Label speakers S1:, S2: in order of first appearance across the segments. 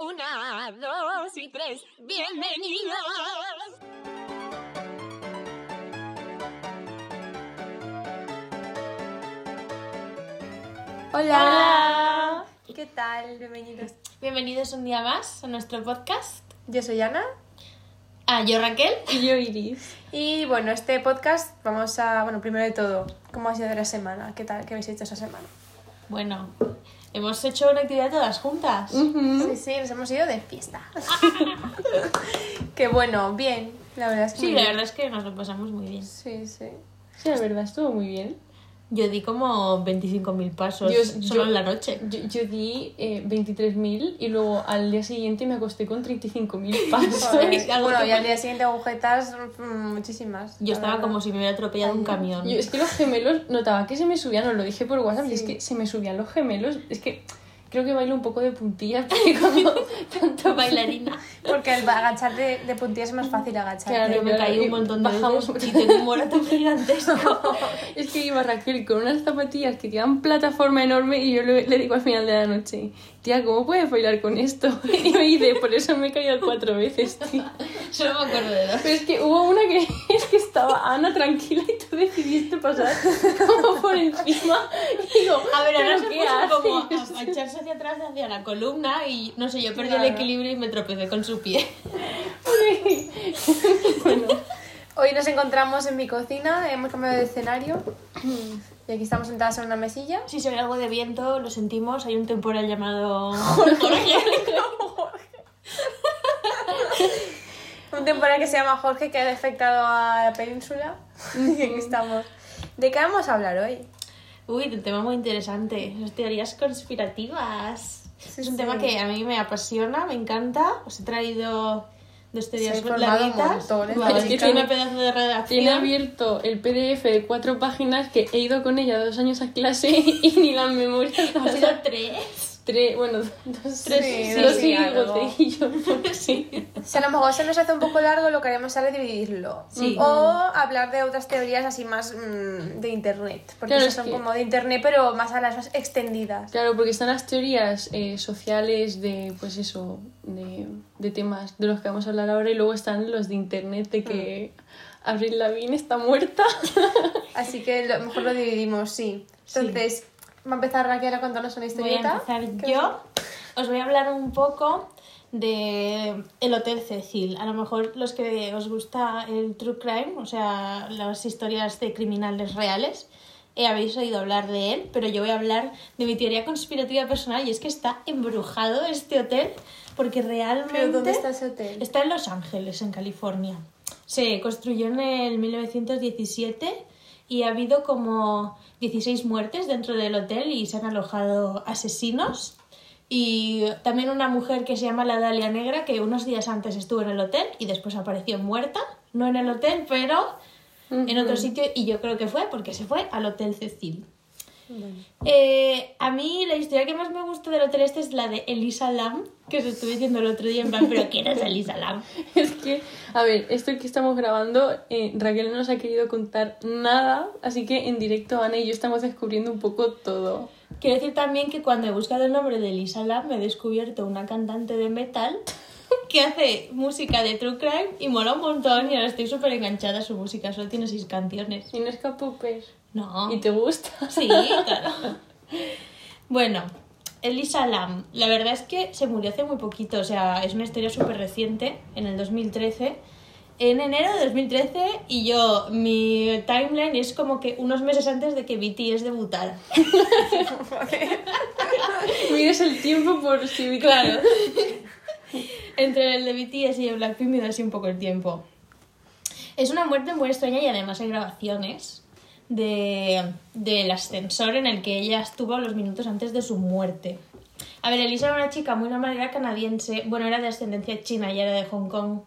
S1: Una, dos y tres. Bienvenidos.
S2: Hola.
S3: ¿Qué tal? Bienvenidos.
S2: Bienvenidos un día más a nuestro podcast.
S3: Yo soy Ana.
S2: Ah, yo Raquel.
S4: Y yo Iris.
S3: Y bueno, este podcast vamos a. Bueno, primero de todo, ¿cómo ha sido la semana? ¿Qué tal? ¿Qué habéis hecho esa semana?
S2: Bueno, hemos hecho una actividad todas juntas.
S3: Sí, sí, nos hemos ido de fiesta. Qué bueno, bien. La verdad es que.
S2: Sí,
S3: muy
S2: la
S3: bien.
S2: verdad es que nos lo pasamos muy bien.
S3: Sí, sí.
S4: Sí, la verdad, estuvo muy bien.
S2: Yo di como 25.000 pasos
S4: Yo-
S2: solo
S4: yo-
S2: en la noche.
S4: Yo, yo di eh, 23.000 y luego al día siguiente me acosté con 35.000 pasos.
S3: Joder.
S2: Sí, algo
S3: bueno,
S2: que-
S3: y al día siguiente agujetas mm, muchísimas.
S2: Yo
S3: la
S2: estaba
S3: verdad.
S2: como si me hubiera atropellado un camión.
S4: Yo, es que los gemelos, notaba que se me subían, os lo dije por WhatsApp, y es
S3: Sí.
S4: que se me subían los gemelos. Es que creo que bailo un poco de puntillas, porque como tanto
S2: Bailarina.
S3: Porque el agacharte de puntillas es más fácil agacharte.
S4: Claro.
S2: Yo me caí un
S4: y
S2: montón de
S4: bajamos.
S2: veces y tengo un moratón gigantesco.
S4: Es que iba Raquel con unas zapatillas que llevan plataforma enorme y yo le, le digo al final de la noche, tía, ¿cómo puedes bailar con esto? Y me dice, por eso me he caído cuatro veces, tía.
S2: Solo me acuerdo de dos.
S4: Pero es que hubo una que es que estaba Ana tranquila y tú decidiste pasar como por encima. Y digo,
S2: A ver, ahora
S4: "¿Pero
S2: se
S4: qué
S2: puso como a,
S4: haces?".
S2: a echarse hacia atrás, hacia la columna y no sé, yo perdí el
S3: Claro.
S2: equilibrio y me tropecé con su pie.
S4: bueno,
S3: Hoy nos encontramos en mi cocina, hemos cambiado de escenario. Y aquí estamos sentadas en una mesilla.
S2: Si se ve algo de viento, lo sentimos. Hay un temporal llamado Jorge.
S3: Un temporal que se llama Jorge que ha afectado a la península. Y aquí estamos. ¿De qué vamos a hablar hoy?
S2: Uy, un tema muy interesante. Las teorías conspirativas.
S3: Sí,
S2: es un
S3: sí.
S2: tema que a mí me apasiona, me encanta. Os he traído dos teorías
S3: Se ha informado un
S2: larguitas.
S3: montón, ¿eh?
S2: Guau, es que
S4: Marica.
S2: tiene un pedazo de
S4: tiene
S2: redacción.
S4: abierto el PDF de cuatro páginas que he ido con ella dos años a clase y ni las memorias
S2: Ha sido tres.
S4: Tres, bueno, dos,
S3: Tres,
S4: tres,
S3: sí,
S4: dos
S3: sí,
S4: y
S3: algo.
S4: goteillo.
S2: Sí.
S3: Si a lo mejor se nos hace un poco largo, lo que haremos será dividirlo.
S2: Sí.
S3: O hablar de otras teorías así más mm, de internet. Porque
S4: Claro,
S3: esas
S4: es
S3: son
S4: que-
S3: como de internet, pero más a las más extendidas.
S4: Claro, porque están las teorías eh, sociales de, pues eso, de, de temas de los que vamos a hablar ahora y luego están los de internet de que Abril Lavigne está muerta.
S3: Así que lo- a lo mejor lo dividimos, sí.
S2: Sí.
S3: Entonces, va a empezar Raquel a contarnos una
S2: Voy a
S3: historieta.
S2: empezar
S3: ¿Qué
S2: yo. Os voy a hablar un poco de el Hotel Cecil. A lo mejor los que os gusta el true crime, o sea, las historias de criminales reales, eh, habéis oído hablar de él, pero yo voy a hablar de mi teoría conspirativa personal y es que está embrujado este hotel porque realmente
S3: ¿Pero dónde está ese hotel?
S2: Está en Los Ángeles, en California. Se construyó en el 1917 y ha habido como 16 muertes dentro del hotel y se han alojado asesinos. Y también una mujer que se llama la Dalia Negra que unos días antes estuvo en el hotel y después apareció muerta. No en el hotel, pero en otro sitio y yo creo que fue porque se fue al Hotel Cecil. Eh, a mí la historia que más me gusta del hotel este es la de Elisa Lam, que os estuve diciendo el otro día en plan, pero ¿quién es Elisa Lam?
S4: Es que, a ver, esto que estamos grabando, eh, Raquel no nos ha querido contar nada, así que en directo Ana y yo estamos descubriendo un poco todo.
S2: Quiero decir también que cuando he buscado el nombre de Elisa Lam me he descubierto una cantante de metal que hace música de true crime y mola un montón y ahora estoy súper enganchada a su música, solo tiene seis canciones.
S4: Y no es Popper.
S2: No.
S4: ¿Y te gusta?
S2: Sí, claro. Bueno, Elisa Lam, la verdad es que se murió hace muy poquito, o sea, es una historia súper reciente, en el 2013. En enero de 2013 y yo, mi timeline es como que unos meses antes de que BTS debutara.
S4: Mires el tiempo por si...
S2: Claro. Entre el de BTS y el Blackpink me da así un poco el tiempo. Es una muerte muy extraña y además hay grabaciones de, del ascensor en el que ella estuvo los minutos antes de su muerte. A ver, Elisa era una chica muy normal, era canadiense, bueno, era de ascendencia china y era de Hong Kong.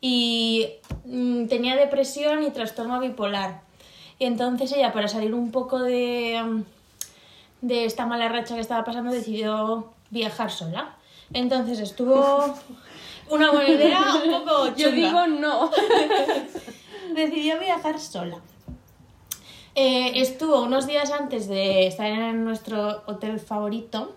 S2: Y mm, tenía depresión y trastorno bipolar. Y entonces ella, para salir un poco de, mm, de esta mala racha que estaba pasando decidió viajar sola. Entonces estuvo una buena idea, un poco chunga.
S4: Yo digo no.
S2: Decidió viajar sola. Eh, estuvo unos días antes de estar en nuestro hotel favorito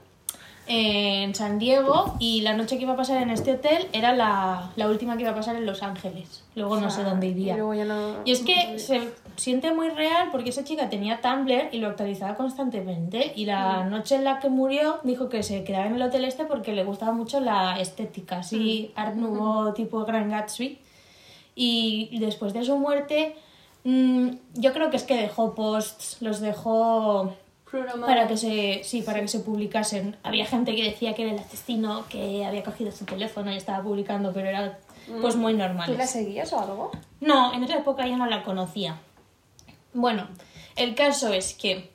S2: en San Diego y la noche que iba a pasar en este hotel era la, la última que iba a pasar en Los Ángeles. Luego no sé
S3: Ah,
S2: dónde iría.
S4: Ah, Y luego ya no...
S2: Y es que se siente muy real porque esa chica tenía Tumblr y lo actualizaba constantemente. Y la noche en la que murió dijo que se quedaba en el hotel este porque le gustaba mucho la estética, así Art Nouveau tipo Grand Gatsby. Y después de su muerte, mm, yo creo que es que dejó posts, los dejó para que se sí para que se publicasen había gente que decía que era el asesino que había cogido su teléfono y estaba publicando pero era pues muy normal
S3: ¿Tú la seguías o algo?
S2: no, en esa época yo no la conocía. Bueno, el caso es que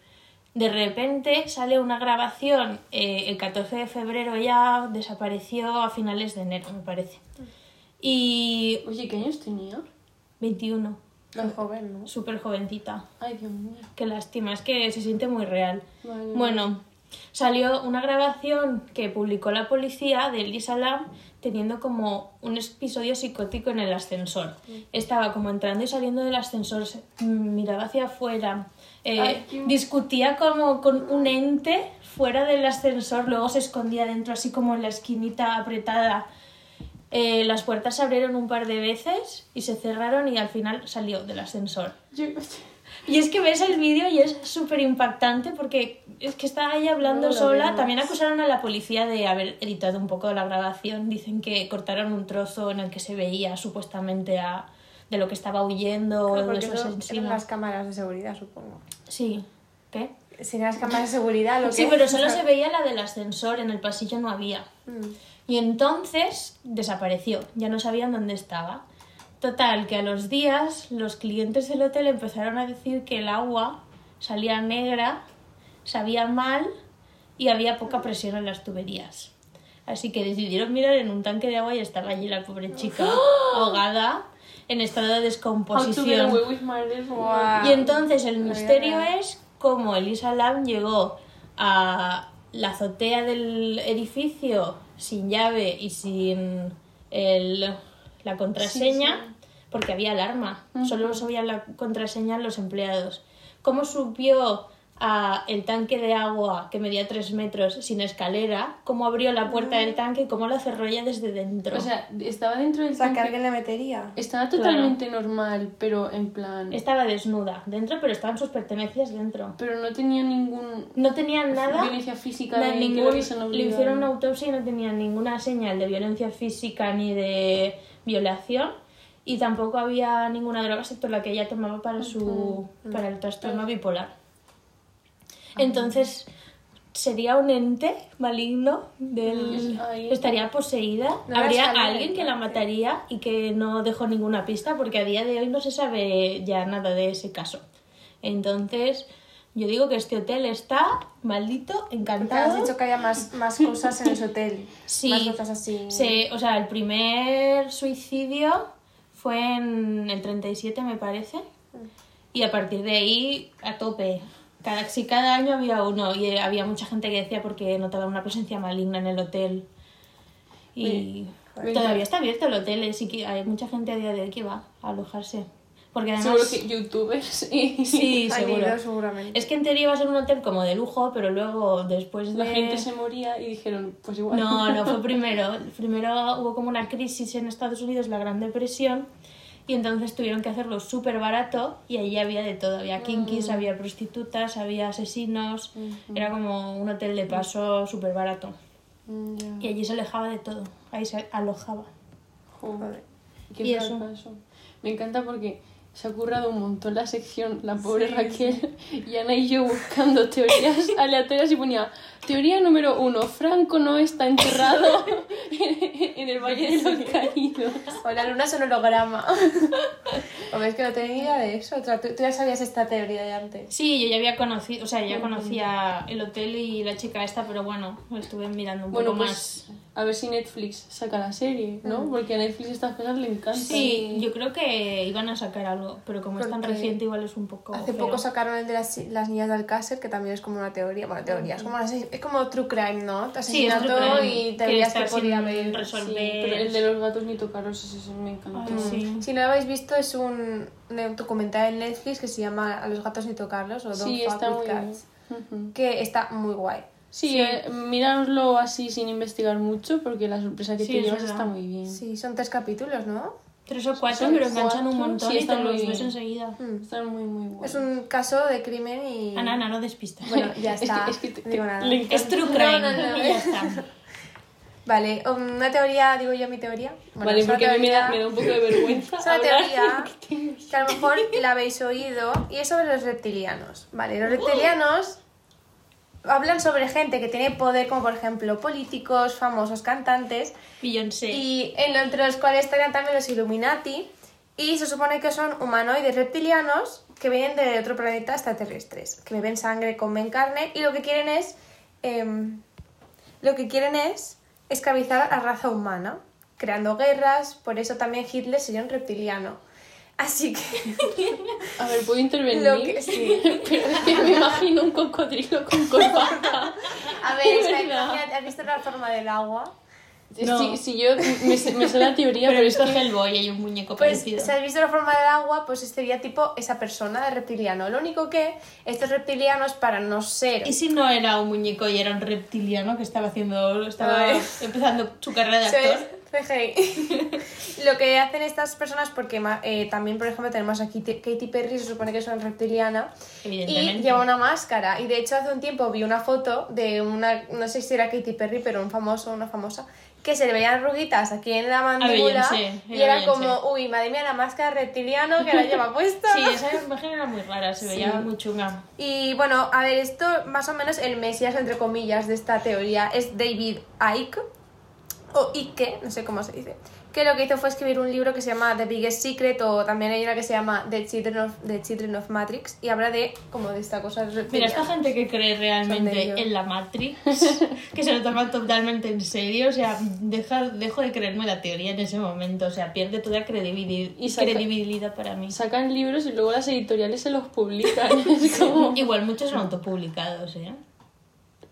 S2: de repente sale una grabación, eh, el 14 de febrero ya desapareció a finales de enero, me parece. Y
S4: Oye, ¿qué años tenía?
S2: 21,
S3: Muy joven, ¿no?
S2: súper jovencita.
S4: Ay, Dios mío.
S2: Qué lástima, es que se siente muy real.
S4: Vale.
S2: Bueno, salió una grabación que publicó la policía de Elisa Lam teniendo como un episodio psicótico en el ascensor. Estaba como entrando y saliendo del ascensor, se- mm, miraba hacia afuera, eh,
S4: Ay, qué-
S2: discutía como con un ente fuera del ascensor, luego se escondía dentro así como en la esquinita apretada. Eh, las puertas se abrieron un par de veces y se cerraron y al final salió del ascensor.
S4: Yo...
S2: Y es que ves el vídeo y es súper impactante porque es que está ahí hablando
S4: No lo
S2: sola.
S4: vemos.
S2: También acusaron a la policía de haber editado un poco la grabación. Dicen que cortaron un trozo en el que se veía supuestamente a, de lo que estaba huyendo o de
S3: porque
S2: su
S3: eso
S2: asesino.
S3: eran las cámaras de seguridad, supongo.
S2: Sí. ¿Qué?
S3: Serían las cámaras de seguridad lo que...
S2: Sí, pero solo se veía la del ascensor, en el pasillo no había.
S3: Mm.
S2: Y entonces desapareció, ya no sabían dónde estaba. Total, que a los días los clientes del hotel empezaron a decir que el agua salía negra, sabía mal y había poca presión en las tuberías. Así que decidieron mirar en un tanque de agua y estaba allí la pobre chica, ahogada, en estado de
S4: How to get
S2: descomposición.
S4: away with murder.
S3: Guau.
S2: Y entonces el
S3: Lo voy a
S2: misterio
S3: ver.
S2: es cómo Elisa Lam llegó a la azotea del edificio sin llave y sin el- la contraseña, porque había alarma, solo sabían la contraseña los empleados. Cómo subió a el tanque de agua que medía 3 metros sin escalera, cómo abrió la puerta del tanque y cómo la cerró ella desde dentro.
S4: O sea, estaba dentro del
S3: O sea, que
S4: tanque.
S3: alguien le metería.
S4: Estaba totalmente normal, pero en plan...
S2: Estaba desnuda dentro, pero estaban sus pertenencias dentro.
S4: Pero no tenía ningún...
S2: No
S4: pues
S2: tenían nada.
S4: Violencia física.
S2: Na-
S4: de que
S2: ningún-
S4: lo hubiesen
S2: le
S4: obligado.
S2: hicieron una autopsia y no tenía ninguna señal de violencia física ni de violación y tampoco había ninguna droga excepto la que ella tomaba para su para el trastorno bipolar
S4: Ah.
S2: entonces sería un ente maligno del
S4: Ay.
S2: estaría poseída
S3: No la
S2: habría
S3: escalera,
S2: alguien que la
S3: ¿no?
S2: mataría y que no dejó ninguna pista porque a día de hoy no se sabe ya nada de ese caso entonces yo digo que este hotel está maldito
S3: Te has
S2: encantado
S3: dicho que haya más, más cosas en ese hotel.
S2: Sí.
S3: Más cosas así.
S2: Se- o sea, el primer suicidio fue en el 37, me parece.
S4: Mm.
S2: Y a partir de ahí, a tope. Cada, sí, cada año había uno. Y eh, había mucha gente que decía porque notaba una presencia maligna en el hotel. Y
S4: Joder.
S2: todavía está abierto el hotel. eh, Sí que hay mucha gente a día de hoy que va a alojarse. Porque
S4: Seguro
S2: además...
S4: que youtubers y...
S2: Sí,
S3: Han
S2: seguro.
S3: ido seguramente.
S2: Es que en teoría iba a ser un hotel como de lujo, pero luego después de...
S4: La gente se moría y dijeron, pues igual.
S2: No, no fue primero. Primero hubo como una crisis en Estados Unidos, la Gran Depresión, y entonces tuvieron que hacerlo súper barato y allí había de todo. Había kinkis, había prostitutas, había asesinos. Era como un hotel de paso súper barato.
S4: Mm, ya.
S2: Y allí se alejaba de todo. Ahí se alojaba.
S4: Joder. Qué
S2: Y
S4: fracaso. Me encanta porque se ha currado un montón la sección, la pobre
S3: Sí,
S4: Raquel, y Ana y yo buscando teorías aleatorias y ponía teoría número uno, Franco no está enterrado en el Valle de los Caídos.
S3: O la luna es un holograma. o ves que no tenía ni idea de eso. Otra, tú, tú ya sabías esta teoría de antes.
S2: Sí, yo ya había conocido, o sea, ya conocía el hotel y la chica esta, pero bueno, lo estuve mirando un
S4: Bueno,
S2: poco más. Mm.
S4: pues a ver si Netflix saca la serie, ¿no? Porque a Netflix estas cosas le encantan.
S2: Sí, yo creo que iban a sacar algo, pero como es tan
S3: Porque
S2: reciente igual es un poco...
S3: Hace
S2: feo.
S3: poco sacaron el de las, las niñas de Alcácer, que también es como una teoría. Bueno, teoría, es como, ase- es como true crime, ¿no?
S2: Sí, es
S3: Asesinato
S2: otro
S3: y
S2: crime.
S3: teorías que
S2: Quieres estar
S3: podía
S2: sin
S3: haber.
S4: Sí,
S2: resolver.
S4: pero el de los gatos ni tocaros, ese sí me encanta.
S2: Ay, sí.
S3: Si no lo habéis visto, es un, un documental en Netflix que se llama A los gatos ni tocarlos o Don't
S4: Sí,
S3: Fuck
S4: está
S3: with
S4: muy bien.
S3: Cats. Que está muy guay.
S4: Sí, eh, míroslo así sin investigar mucho porque la sorpresa que
S2: Sí,
S4: te
S2: es
S4: llevas
S2: verdad.
S4: está muy bien.
S3: Sí, son tres capítulos, ¿no?
S2: Tres o cuatro,
S4: Son
S2: pero enganchan un
S4: cuatro,
S2: montón
S4: sí,
S2: y te
S4: están muy
S2: los ves
S4: bien.
S2: enseguida.
S3: Mm.
S4: Están muy, muy buenos.
S3: Es un caso de crimen y...
S2: Ana, Ana, no despistas.
S3: Bueno, ya
S4: Ah, Es que-
S3: está.
S4: es que te-
S3: No digo
S4: te-
S3: nada.
S4: le-
S2: es true
S3: No,
S2: crime
S3: no, no.
S2: y ya está.
S3: Vale, um, una teoría, digo yo mi teoría. Bueno,
S4: vale,
S3: es una
S4: porque a mí me da,
S3: teoría-
S4: me da un poco de vergüenza.
S3: Es una
S4: hablar
S3: teoría
S4: de lo que tengo.
S3: que a lo mejor la habéis oído y es sobre los reptilianos. Vale, los
S4: ¡Oh!
S3: reptilianos hablan sobre gente que tiene poder, como por ejemplo políticos, famosos, cantantes,
S2: Beyoncé.
S3: y en- entre los cuales estarían también los Illuminati. Y se supone que son humanoides reptilianos que vienen de otro planeta extraterrestres, que beben sangre, comen carne y lo que quieren es. em, lo que quieren es esclavizar a la raza humana, creando guerras, por eso también Hitler sería un reptiliano. Así que.
S4: A ver, ¿puedo intervenir?
S3: lo que sí.
S4: Pero es que me imagino un cocodrilo con corbata.
S3: A ver,
S4: Es
S3: espera,
S4: verdad.
S3: imagínate, ¿has visto la forma del agua?
S2: No.
S4: Si, si yo me, sé- me sé la teoría,
S2: pero
S4: pero,
S2: he
S4: es
S2: visto
S4: que...
S2: Hellboy y hay un muñeco
S3: Pues
S2: parecido.
S3: si has visto la forma del agua, pues sería tipo esa persona de reptiliano. Lo único que estos reptilianos, para no ser
S2: ¿Y si no era un muñeco y era un reptiliano que estaba haciendo, estaba
S3: Ay.
S2: empezando su carrera de
S3: Eso
S2: actor?
S3: es, CGI. Lo que hacen estas personas, porque ma- eh, también, por ejemplo, tenemos aquí T- Katy Perry, se supone que es una reptiliana,
S2: Evidentemente.
S3: y lleva una máscara. Y de hecho, hace un tiempo vi una foto de una, no sé si era Katy Perry, pero un famoso, una famosa, que se le veían arruguitas aquí en la mandíbula.
S2: Beyoncé,
S3: y
S2: a
S3: era
S2: Beyoncé.
S3: como, uy, madre mía, la máscara de reptiliano que la lleva puesta.
S2: Sí, esa imagen era muy rara, se veía muy chunga.
S3: Y bueno, a ver, esto más o menos el mesías, entre comillas, de esta teoría es David Icke, o Icke, no sé cómo se dice, que lo que hizo fue escribir un libro que se llama The Biggest Secret, o también hay una que se llama The Children of, The Children of Matrix, y habla de, como de esta cosa
S2: Mira,
S3: reptiliana.
S2: esta gente que cree
S3: Son de ellos.
S2: realmente en la Matrix, que se lo toma totalmente en serio, o sea, deja, dejo de creerme la teoría en ese momento, o sea, pierde toda credibilidad,
S4: Y saca-
S2: credibilidad para mí.
S4: Sacan libros y luego las editoriales se los publican. Es como...
S2: Igual muchos son autopublicados, ¿eh?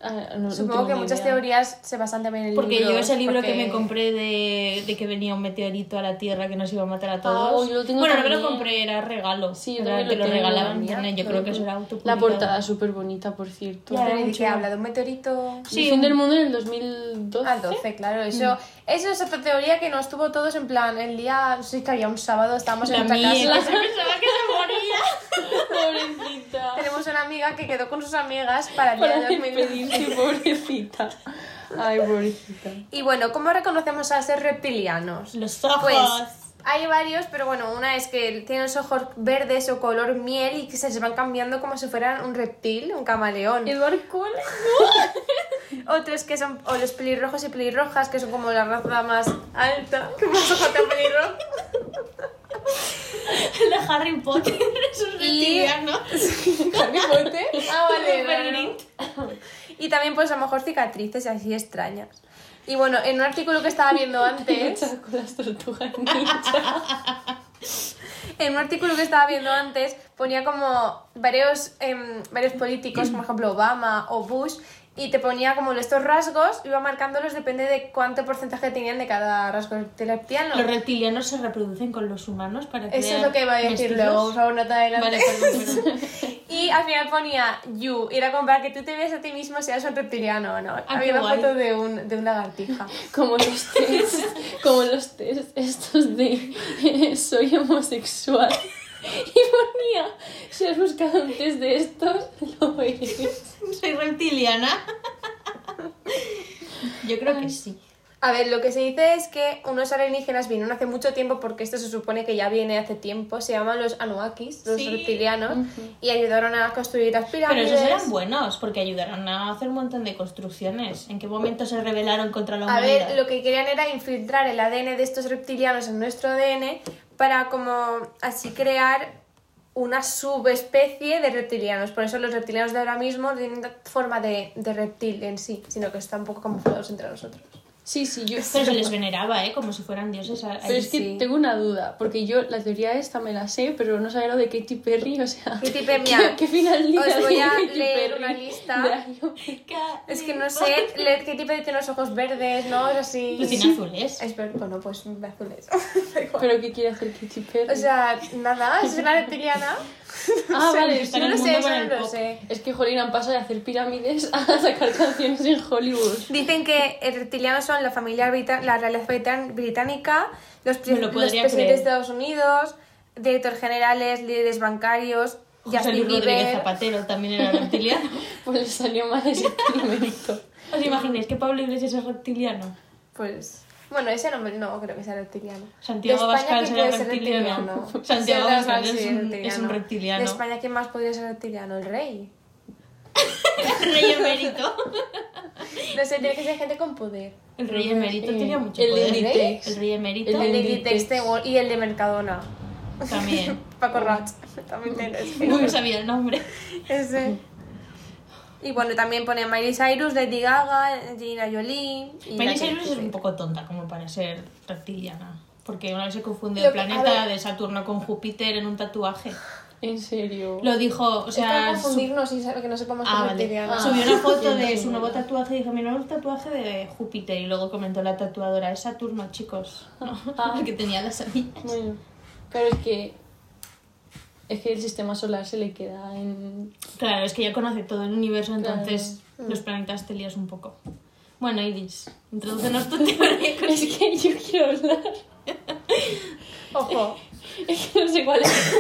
S4: Ah, no- no
S3: Supongo
S4: tengo
S3: que
S4: ni
S3: muchas
S4: idea.
S3: teorías se basan también en el
S2: Porque
S3: libro.
S2: yo ese libro que
S3: porque-
S2: me compré de, de que venía un meteorito a la Tierra que nos iba a matar a
S4: Ah,
S2: todos.
S4: yo lo tengo
S2: bueno, no me lo
S4: también.
S2: compré, era regalo.
S4: Sí, yo
S2: Era-
S4: también
S2: te
S4: lo
S2: lo,
S4: tengo,
S2: regalaban
S3: mía,
S2: regalaban, yo
S3: lo
S2: creo que
S3: tengo.
S2: eso era
S4: La
S2: autopublicado.
S4: portada es súper bonita, por cierto.
S2: Ya.
S3: Pero ¿y de
S2: mucho.
S3: qué habla? ¿De un meteorito?
S2: Sí,
S4: el fin
S2: un-
S4: del mundo en el 2012.
S3: Al 12, claro,
S2: Mm.
S3: eso, eso es otra teoría que nos tuvo todos en plan, el día, no sé si había un sábado, estábamos
S2: La
S3: en nuestra
S2: mía,
S3: casa.
S2: que se pensaba que se moría.
S4: Pobrecita.
S3: Tenemos una amiga que quedó con sus amigas para el día
S4: Para
S3: de 2020.
S4: despedirse, pobrecita. Ay, pobrecita.
S3: Y bueno, ¿cómo reconocemos a ser reptilianos?
S2: Los ojos.
S3: Pues hay varios, pero bueno, una es que tienen los ojos verdes o color miel y que se les van cambiando como si fueran un reptil, un camaleón.
S4: Edward Cullen.
S3: Otros que son, o los pelirrojos y pelirrojas, que son como la raza más alta, que más ojos de pelirrojo.
S2: El de Harry Potter es un reptiliano.
S3: Ah, vale,
S2: Super
S3: claro.
S2: Grint.
S3: Y también pues a lo mejor cicatrices así extrañas. Y bueno, en un artículo que estaba viendo antes...
S4: Lucha con las tortugas ninja.
S3: En un artículo que estaba viendo antes ponía como varios, em, varios políticos, como por ejemplo Obama o Bush, y te ponía como estos rasgos, iba marcándolos, depende de cuánto porcentaje tenían de cada rasgo reptiliano.
S2: Los reptilianos se reproducen con los humanos para crear
S3: Eso es lo que iba a decir
S2: mestizos.
S3: luego, os hago nota adelante.
S2: Vale, perdón, perdón.
S3: Y al final ponía you, y era como para que tú te veas a ti mismo seas un reptiliano o no.
S2: Ah, qué
S3: Había una
S2: guay.
S3: foto de un, de una lagartija.
S4: Como los test, como los test estos de eh, soy homosexual. Y ponía, si has buscado un test de estos, lo eres.
S2: Soy reptiliana. Yo creo que sí.
S3: A ver, lo que se dice es que unos alienígenas vinieron hace mucho tiempo, porque esto se supone que ya viene hace tiempo, se llaman los Anuakis, los
S2: Sí.
S3: reptilianos, y ayudaron a construir las
S2: Pero
S3: pirámides.
S2: esos eran buenos porque ayudaron a hacer un montón de construcciones. ¿En qué momento se rebelaron contra la
S3: A
S2: humanidad?
S3: ver, lo que querían era infiltrar el ADN de estos reptilianos en nuestro ADN para como así crear una subespecie de reptilianos. Por eso los reptilianos de ahora mismo no tienen forma de, de reptil en sí, sino que están un poco camuflados entre nosotros.
S4: Sí, sí, yo.
S2: Pero se les veneraba, ¿eh? Como si fueran dioses. a-
S4: Pero es que
S3: sí.
S4: tengo una duda, porque yo la teoría esta me la sé, pero no sabía lo de Katy Perry, o sea.
S3: Katy Perry,
S4: ¿Qué,
S3: mira,
S4: qué final ni
S3: os
S4: la
S3: voy
S4: de
S3: a
S4: Katy
S3: leer
S4: Perry?
S3: una lista.
S4: Drag-
S3: Es que no sé, Led Katy Perry tiene los ojos verdes, ¿no? Es así...
S2: Lo tiene azules.
S3: Es ver- bueno, pues azules. Da igual.
S4: ¿Pero qué quiere hacer Katy Perry?
S3: o sea, nada, es una reptiliana.
S4: Ah, vale,
S2: está
S4: sí,
S2: en
S3: no
S2: el
S3: lo sé,
S2: mundo
S3: eso
S2: con el
S3: no lo
S2: pop.
S3: sé.
S4: Es que Jolín han pasado de hacer pirámides a sacar canciones en Hollywood.
S3: Dicen que eh, reptilianos son la familia brita- la realeza britan- británica, los, pre-
S2: Me lo
S3: los
S2: podría
S3: presidentes
S2: creer.
S3: de Estados Unidos, directores generales, líderes bancarios,
S2: José
S3: Justin
S2: Luis Rodríguez
S3: Bieber.
S2: Zapatero también era reptiliano.
S4: Pues le salió mal ese experimento.
S2: ¿Os imagináis que Pablo Iglesias es reptiliano?
S3: Pues. Bueno, ese no, me- no creo que sea reptiliano.
S2: Santiago
S3: De España,
S2: Abascal
S3: ¿quién
S2: será
S3: puede ser
S2: reptiliano.
S3: reptiliano?
S2: Santiago
S3: Sí,
S2: Abascal
S3: sí,
S2: es un- es un reptiliano.
S3: ¿De España quién más podría ser reptiliano? El rey.
S2: Rey emérito.
S3: No sé, tiene que ser gente con poder.
S2: El rey emérito
S4: Eh,
S2: tenía mucho
S4: el
S2: poder.
S4: de Inditex.
S2: El rey emérito
S4: El
S3: El de
S4: Inditex.
S3: Inditex de Wall- y el de Mercadona.
S2: también.
S3: Paco Roch. También tiene-
S2: No sabía el nombre.
S3: Ese. Y bueno, también pone Miley Cyrus, Lady Gaga, Gina Jolie. y
S2: Miley
S3: Katy
S2: Cyrus es
S3: Perry.
S2: un poco tonta como para ser reptiliana. Porque una vez se confundió
S3: Lo
S2: el
S3: que- a
S2: planeta
S3: ver.
S2: de Saturno con Júpiter en un tatuaje.
S4: En serio.
S2: Lo dijo, o
S3: Es para
S2: sea, su-
S3: confundirnos y saber que no sepamos
S2: Ah,
S3: cómo
S2: vale.
S3: reptiliano.
S2: Subió una foto de su nuevo tatuaje y dijo, mi nuevo tatuaje de Júpiter. Y luego comentó la tatuadora, es Saturno, chicos.
S3: Ah.
S2: Porque tenía las anillas.
S4: Bueno, pero es que. Es que el sistema solar se le queda en.
S2: Claro, es que ya conoce todo el universo, entonces
S3: Mm.
S2: los planetas te lías un poco. Bueno, Iris, introducenos tu teoría. con-
S4: Es que yo quiero hablar.
S3: Ojo.
S4: Es que no sé cuál es.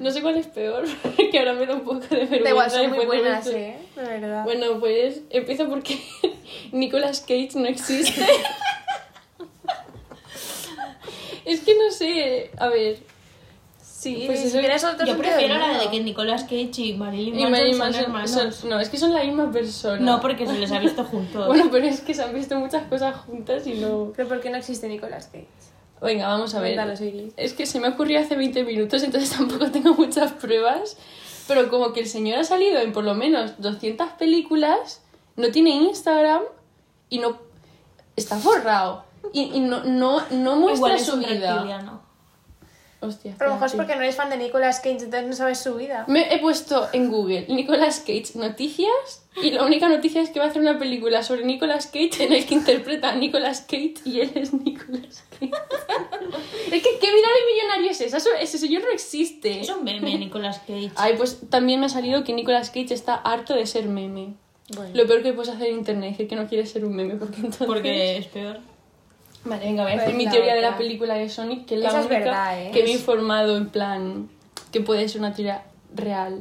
S4: No sé cuál es peor. Que ahora me da un poco de vergüenza.
S3: Da igual, son muy
S4: después de
S3: buenas,
S4: esto.
S3: eh. De verdad.
S4: Bueno, pues empiezo porque Nicolas Cage no existe. es que no sé. A ver.
S3: sí,
S4: pues
S3: si
S4: eso-
S3: tuvieras otro
S2: Yo
S3: sentido
S2: prefiero
S3: del
S2: la de
S3: mundo.
S2: que Nicolas Cage y Marilyn
S4: Y
S2: Manson
S4: Marilyn
S2: son
S4: Manson
S2: hermanos.
S4: son- no, es que son la misma persona.
S2: No, porque se les ha visto juntos.
S4: Bueno, pero es que se han visto muchas cosas juntas y no.
S3: Pero ¿por qué no existe Nicolas Cage?
S4: Venga, vamos a ver.
S3: Cuéntanos, Iris.
S4: Es que se me ocurrió hace 20 minutos, entonces tampoco tengo muchas pruebas. Pero como que el señor ha salido en por lo menos 200 películas, no tiene Instagram y no. Está forrado. Y, y no, no, no muestra
S2: Igual es
S4: su
S2: un
S4: vida.
S2: reptiliano.
S4: Hostia.
S3: A lo mejor es
S4: espérate.
S3: porque no eres fan de Nicolas Cage, entonces no sabes su vida.
S4: Me he puesto en Google Nicolas Cage noticias y la única noticia es que va a hacer una película sobre Nicolas Cage en el que interpreta a Nicolas Cage y él es Nicolas Cage. es que qué vida de millonario es esa, Eso- ese señor no existe.
S2: Es un meme, Nicolas Cage.
S4: Ay, pues también me ha salido que Nicolas Cage está harto de ser meme.
S3: Bueno.
S4: Lo peor que puedes hacer en internet es decir que no quieres ser un meme porque entonces...
S2: Porque es peor.
S4: Vale, venga, voy a
S3: Pues
S4: hacer mi
S3: la
S4: teoría de la
S3: otra.
S4: película de Sonic, que es la
S3: Esa es
S4: única
S3: verdad, ¿eh?
S4: que me he
S3: Es-
S4: informado en plan que puede ser una teoría real.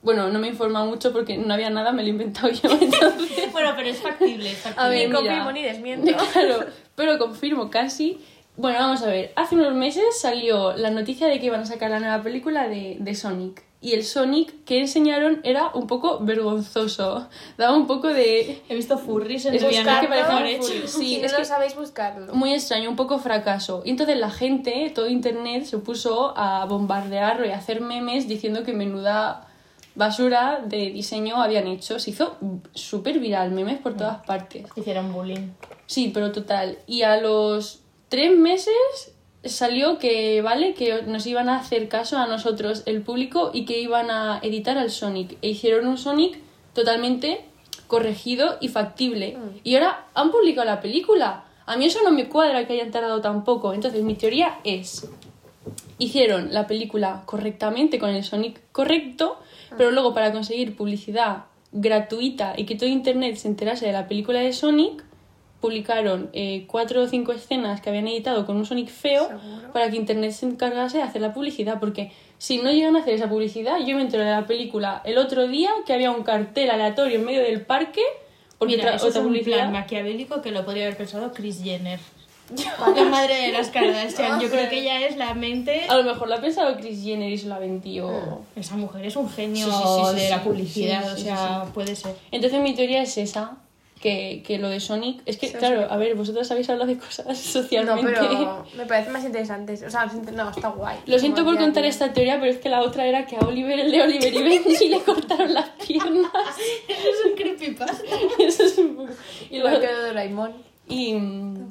S4: Bueno, no me he informado mucho porque no había nada, me lo he inventado yo. entonces-
S2: Bueno, pero es factible, es factible.
S4: A ver,
S3: ni
S4: mira.
S3: confirmo ni desmiento.
S4: Claro, pero confirmo casi. Bueno, vamos a ver. Hace unos meses salió la noticia de que iban a sacar la nueva película de, de Sonic. Y el Sonic que enseñaron era un poco vergonzoso. Daba un poco de...
S2: He visto furries en
S4: Es buscar
S2: Diana
S4: que parece
S2: por
S4: un
S2: hecho.
S4: furry.
S3: si
S4: sí,
S3: no
S4: es
S3: lo
S4: que-
S3: sabéis, buscarlo.
S4: muy extraño, un poco fracaso. Y entonces la gente, todo internet, se puso a bombardearlo y a hacer memes diciendo que menuda basura de diseño habían hecho. Se hizo súper viral, memes por todas partes.
S2: Hicieron bullying.
S4: Sí, pero total. Y a los tres meses salió que, vale, que nos iban a hacer caso a nosotros, el público, y que iban a editar al Sonic. E hicieron un Sonic totalmente corregido y factible. Y ahora han publicado la película. A mí eso no me cuadra que hayan tardado tan poco. Entonces, mi teoría es hicieron la película correctamente con el Sonic correcto, pero luego para conseguir publicidad gratuita y que todo Internet se enterase de la película de Sonic, publicaron eh, cuatro o cinco escenas que habían editado con un Sonic feo
S3: Seguro.
S4: para que Internet se encargase de hacer la publicidad, porque si no llegan a hacer esa publicidad, yo me enteré de la película el otro día que había un cartel aleatorio en medio del parque. Porque
S2: Mira,
S4: tra-
S2: eso es
S4: otra
S2: un
S4: publicidad-
S2: plan maquiavélico que lo podría haber pensado Chris Jenner. La madre de las Kardashian. Yo creo que ella es la mente...
S4: A lo mejor la ha pensado Chris Jenner y se la vendió.
S3: Ah. Mm.
S2: Esa mujer es un genio
S4: Sí, sí, sí, sí,
S2: de la
S4: sí.
S2: publicidad,
S4: Sí, sí,
S2: o
S4: sí,
S2: sea, puede ser.
S4: Entonces mi teoría es esa, que, que lo de Sonic, es que claro, a ver, vosotras habéis hablado de cosas
S3: No,
S4: socialmente.
S3: pero me parece más interesante. O sea, no, está guay.
S4: Lo siento
S3: Como
S4: por
S3: día a
S4: contar
S3: día.
S4: esta teoría, pero es que la otra era que a Oliver, el de Oliver y Benji, le cortaron las piernas.
S2: Es un creepypasta.
S4: Eso es un poco... Y,
S3: Igual
S4: lo-
S3: que lo de Doraemon.
S4: y, mm,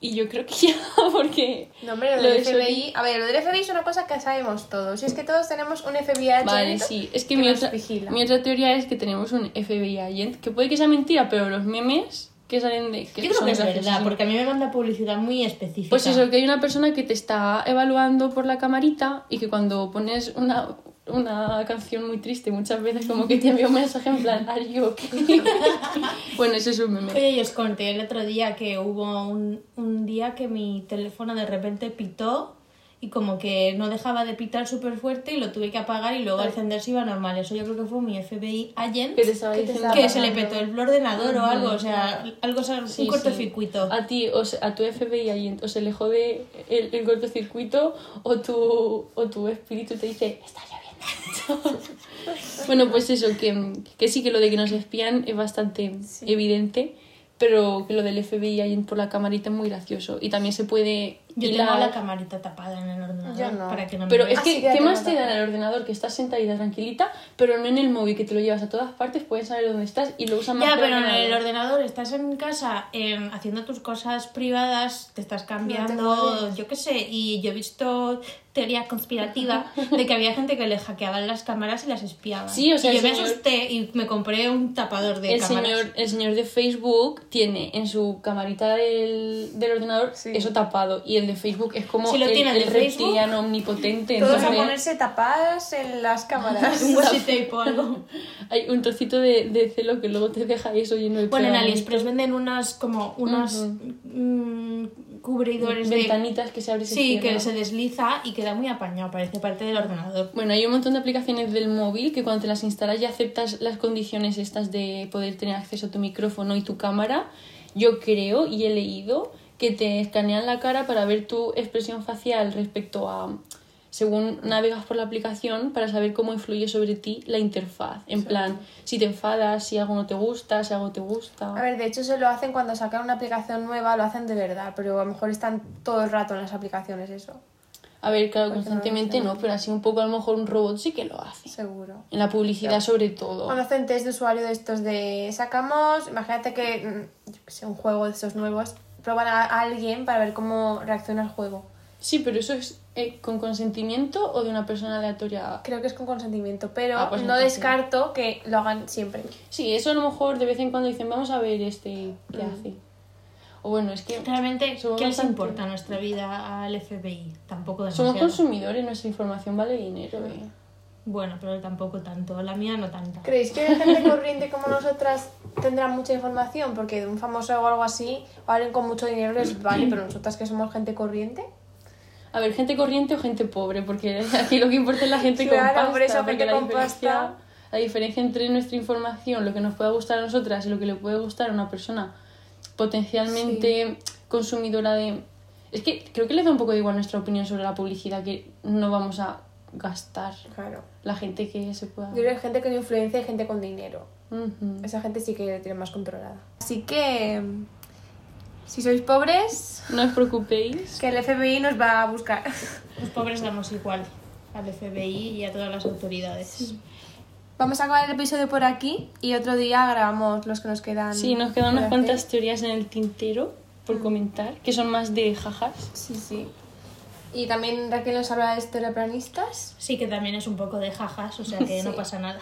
S4: y yo creo que ya, porque...
S3: No, hombre, lo,
S4: Lo
S3: del
S4: de
S3: FBI. A ver, lo del FBI es una cosa que sabemos todos. Y es que todos tenemos un FBI agent
S4: Vale, sí. Es que,
S3: que
S4: mi,
S3: nos
S4: otra,
S3: vigila.
S4: mi otra teoría es que tenemos un FBI agent, que puede que sea mentira, pero los memes que salen de...
S2: Yo creo
S4: son
S2: que es
S4: graciosos.
S2: verdad, porque a mí me manda publicidad muy específica.
S4: Pues eso, que hay una persona que te está evaluando por la camarita y que cuando pones una, una canción muy triste muchas veces, como que te envía un mensaje en plan, are you okay?". bueno, eso es un meme.
S2: Oye, yo os conté el otro día que hubo un, un día que mi teléfono de repente pitó y como que no dejaba de pitar súper fuerte y lo tuve que apagar y luego al encenderse iba normal. Eso yo creo que fue mi FBI agent
S4: Que te estaba
S3: Que te
S4: diciendo
S3: estaba
S2: que se le
S3: apagando.
S2: petó el ordenador o algo, o sea, algo, o sea,
S4: Sí, Ah,
S2: un
S4: sí.
S2: cortocircuito.
S4: A ti, o se- a tu FBI agent, o se le jode el, el cortocircuito o tu, o tu espíritu te dice, está lloviendo. bueno, pues eso, que, que sí que lo de que nos espían es bastante evidente, pero que lo del FBI agent por la camarita es muy gracioso. Y también se puede...
S2: Yo
S4: hilar-
S2: tengo la Ah, camarita tapada en el ordenador
S3: Yo no.
S2: para que no me
S4: Pero
S2: vea.
S4: es que,
S3: Así que
S4: ¿qué
S3: ya
S4: más
S3: tengo
S4: te da en el ordenador? Que estás sentadita tranquilita, pero no en el móvil, que te lo llevas a todas partes, puedes saber dónde estás y lo usan más
S2: Ya,
S4: que
S2: pero en el ordenador estás en casa em, haciendo tus cosas privadas, te estás cambiando,
S3: mueves.
S2: yo qué sé, y yo he visto teoría conspirativa de que había gente que le hackeaban las cámaras y las espiaba.
S4: Sí, o sea,
S2: y yo
S4: el
S2: me
S4: señor-
S2: asusté y me compré un tapador de
S4: El
S2: cámaras.
S4: señor, el señor de Facebook tiene en su camarita del, del ordenador
S3: Sí.
S4: eso tapado y el de Facebook es como
S2: Si lo
S4: el,
S2: tiene el de
S4: el
S2: Facebook,
S4: reptiliano omnipotente.
S3: Todos a
S4: entonces
S3: ponerse tapadas en las cámaras.
S2: Un washi tape o algo.
S4: Hay un trocito de, de celo que luego te deja eso lleno de
S2: Bueno, en
S4: pegamento.
S2: AliExpress venden unas como unos mm, cubridores de...
S4: ventanitas que se abren y se
S2: Sí, que
S4: cierran.
S2: se desliza y queda muy apañado, parece parte del ordenador.
S4: Bueno, hay un montón de aplicaciones del móvil que cuando te las instalas ya aceptas las condiciones estas de poder tener acceso a tu micrófono y tu cámara. Yo creo y he leído que te escanean la cara para ver tu expresión facial respecto a según navegas por la aplicación para saber cómo influye sobre ti la interfaz. En plan, si te enfadas, si algo no te gusta, si algo te gusta.
S3: A ver, de hecho, se lo hacen cuando sacan una aplicación nueva, lo hacen de verdad, pero a lo mejor están todo el rato en las aplicaciones, eso,
S4: A ver,
S3: Porque no
S4: claro,
S3: lo
S4: constantemente
S3: sé.
S4: no, pero así un poco a lo mejor un robot sí que lo hace.
S3: seguro.
S4: En la publicidad sobre todo.
S3: Cuando hacen test de usuario de estos de sacamos, imagínate que, mm, yo qué sé, un juego de estos nuevos, prueban a a alguien para ver cómo reacciona el juego.
S4: Sí, pero eso es eh, con consentimiento o de una persona aleatoria.
S3: Creo que es con consentimiento, pero
S4: Ah, pues
S3: no
S4: entonces sí.
S3: descarto que lo hagan siempre.
S4: Sí, eso a lo mejor de vez en cuando dicen, vamos a ver este qué hace. O bueno, es que
S2: Realmente,
S4: Somos
S2: ¿qué les
S4: bastante-
S2: importa nuestra vida al FBI? Tampoco demasiado.
S4: somos consumidores, nuestra información vale dinero. eh.
S2: Bueno, pero tampoco tanto. La mía no tanta.
S3: ¿Creéis que gente corriente como nosotras tendrá mucha información? Porque de un famoso o algo así, o alguien con mucho dinero les vale, pero nosotras que somos gente corriente.
S4: A ver, gente corriente o gente pobre, porque aquí lo que importa es la gente con
S3: Claro,
S4: pasta.
S3: por eso,
S4: porque
S3: gente
S4: la
S3: con
S4: diferencia-
S3: pasta.
S4: La diferencia entre nuestra información, lo que nos pueda gustar a nosotras y lo que le puede gustar a una persona potencialmente consumidora de... Es que creo que les da un poco de igual nuestra opinión sobre la publicidad que no vamos a gastar.
S3: Claro.
S4: La gente que se pueda.
S3: Yo creo que hay gente con influencia y gente con dinero.
S4: Ujú.
S3: Esa gente sí que la tiene más controlada. Así que, si sois pobres,
S4: No os preocupéis.
S3: que el FBI nos va a buscar.
S2: Los pobres damos igual al FBI y a todas las autoridades.
S3: Vamos a acabar el episodio por aquí y otro día grabamos los que nos quedan.
S4: Sí, nos
S3: por
S4: quedan
S3: hacer.
S4: unas
S3: Mm.
S4: cuantas teorías en el tintero por comentar, que son más de jajas.
S3: Sí, sí. Y también Raquel nos habla de estereoplanistas.
S2: Sí, que también es un poco de jajas, o sea que no
S3: Sí.
S2: pasa nada.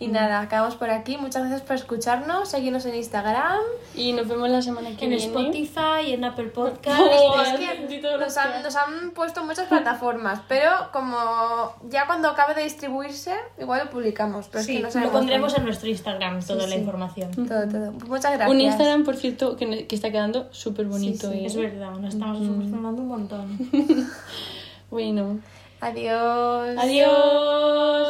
S3: Y nada, acabamos por aquí. Muchas gracias por escucharnos. Seguirnos en Instagram.
S4: Y nos vemos la semana que
S2: En
S4: viene.
S3: ¿eh?
S2: Spotify, en Apple Podcast.
S4: Oh,
S3: Pues
S2: eh,
S3: es que
S4: bendito,
S3: nos han, nos han puesto muchas plataformas, pero como ya cuando acabe de distribuirse, igual lo publicamos. Pero es
S2: sí,
S3: que no
S2: lo
S3: sabemos
S2: pondremos
S3: dónde.
S2: en nuestro Instagram toda la
S3: sí.
S2: información.
S3: Todo, todo. Pues Muchas gracias.
S4: Un Instagram, por cierto, que, ne- que está quedando súper bonito.
S3: Sí, sí,
S4: eh.
S2: Es verdad, nos estamos
S3: Mm.
S2: acostumbrando un montón.
S4: Bueno,
S3: Adiós.
S4: adiós.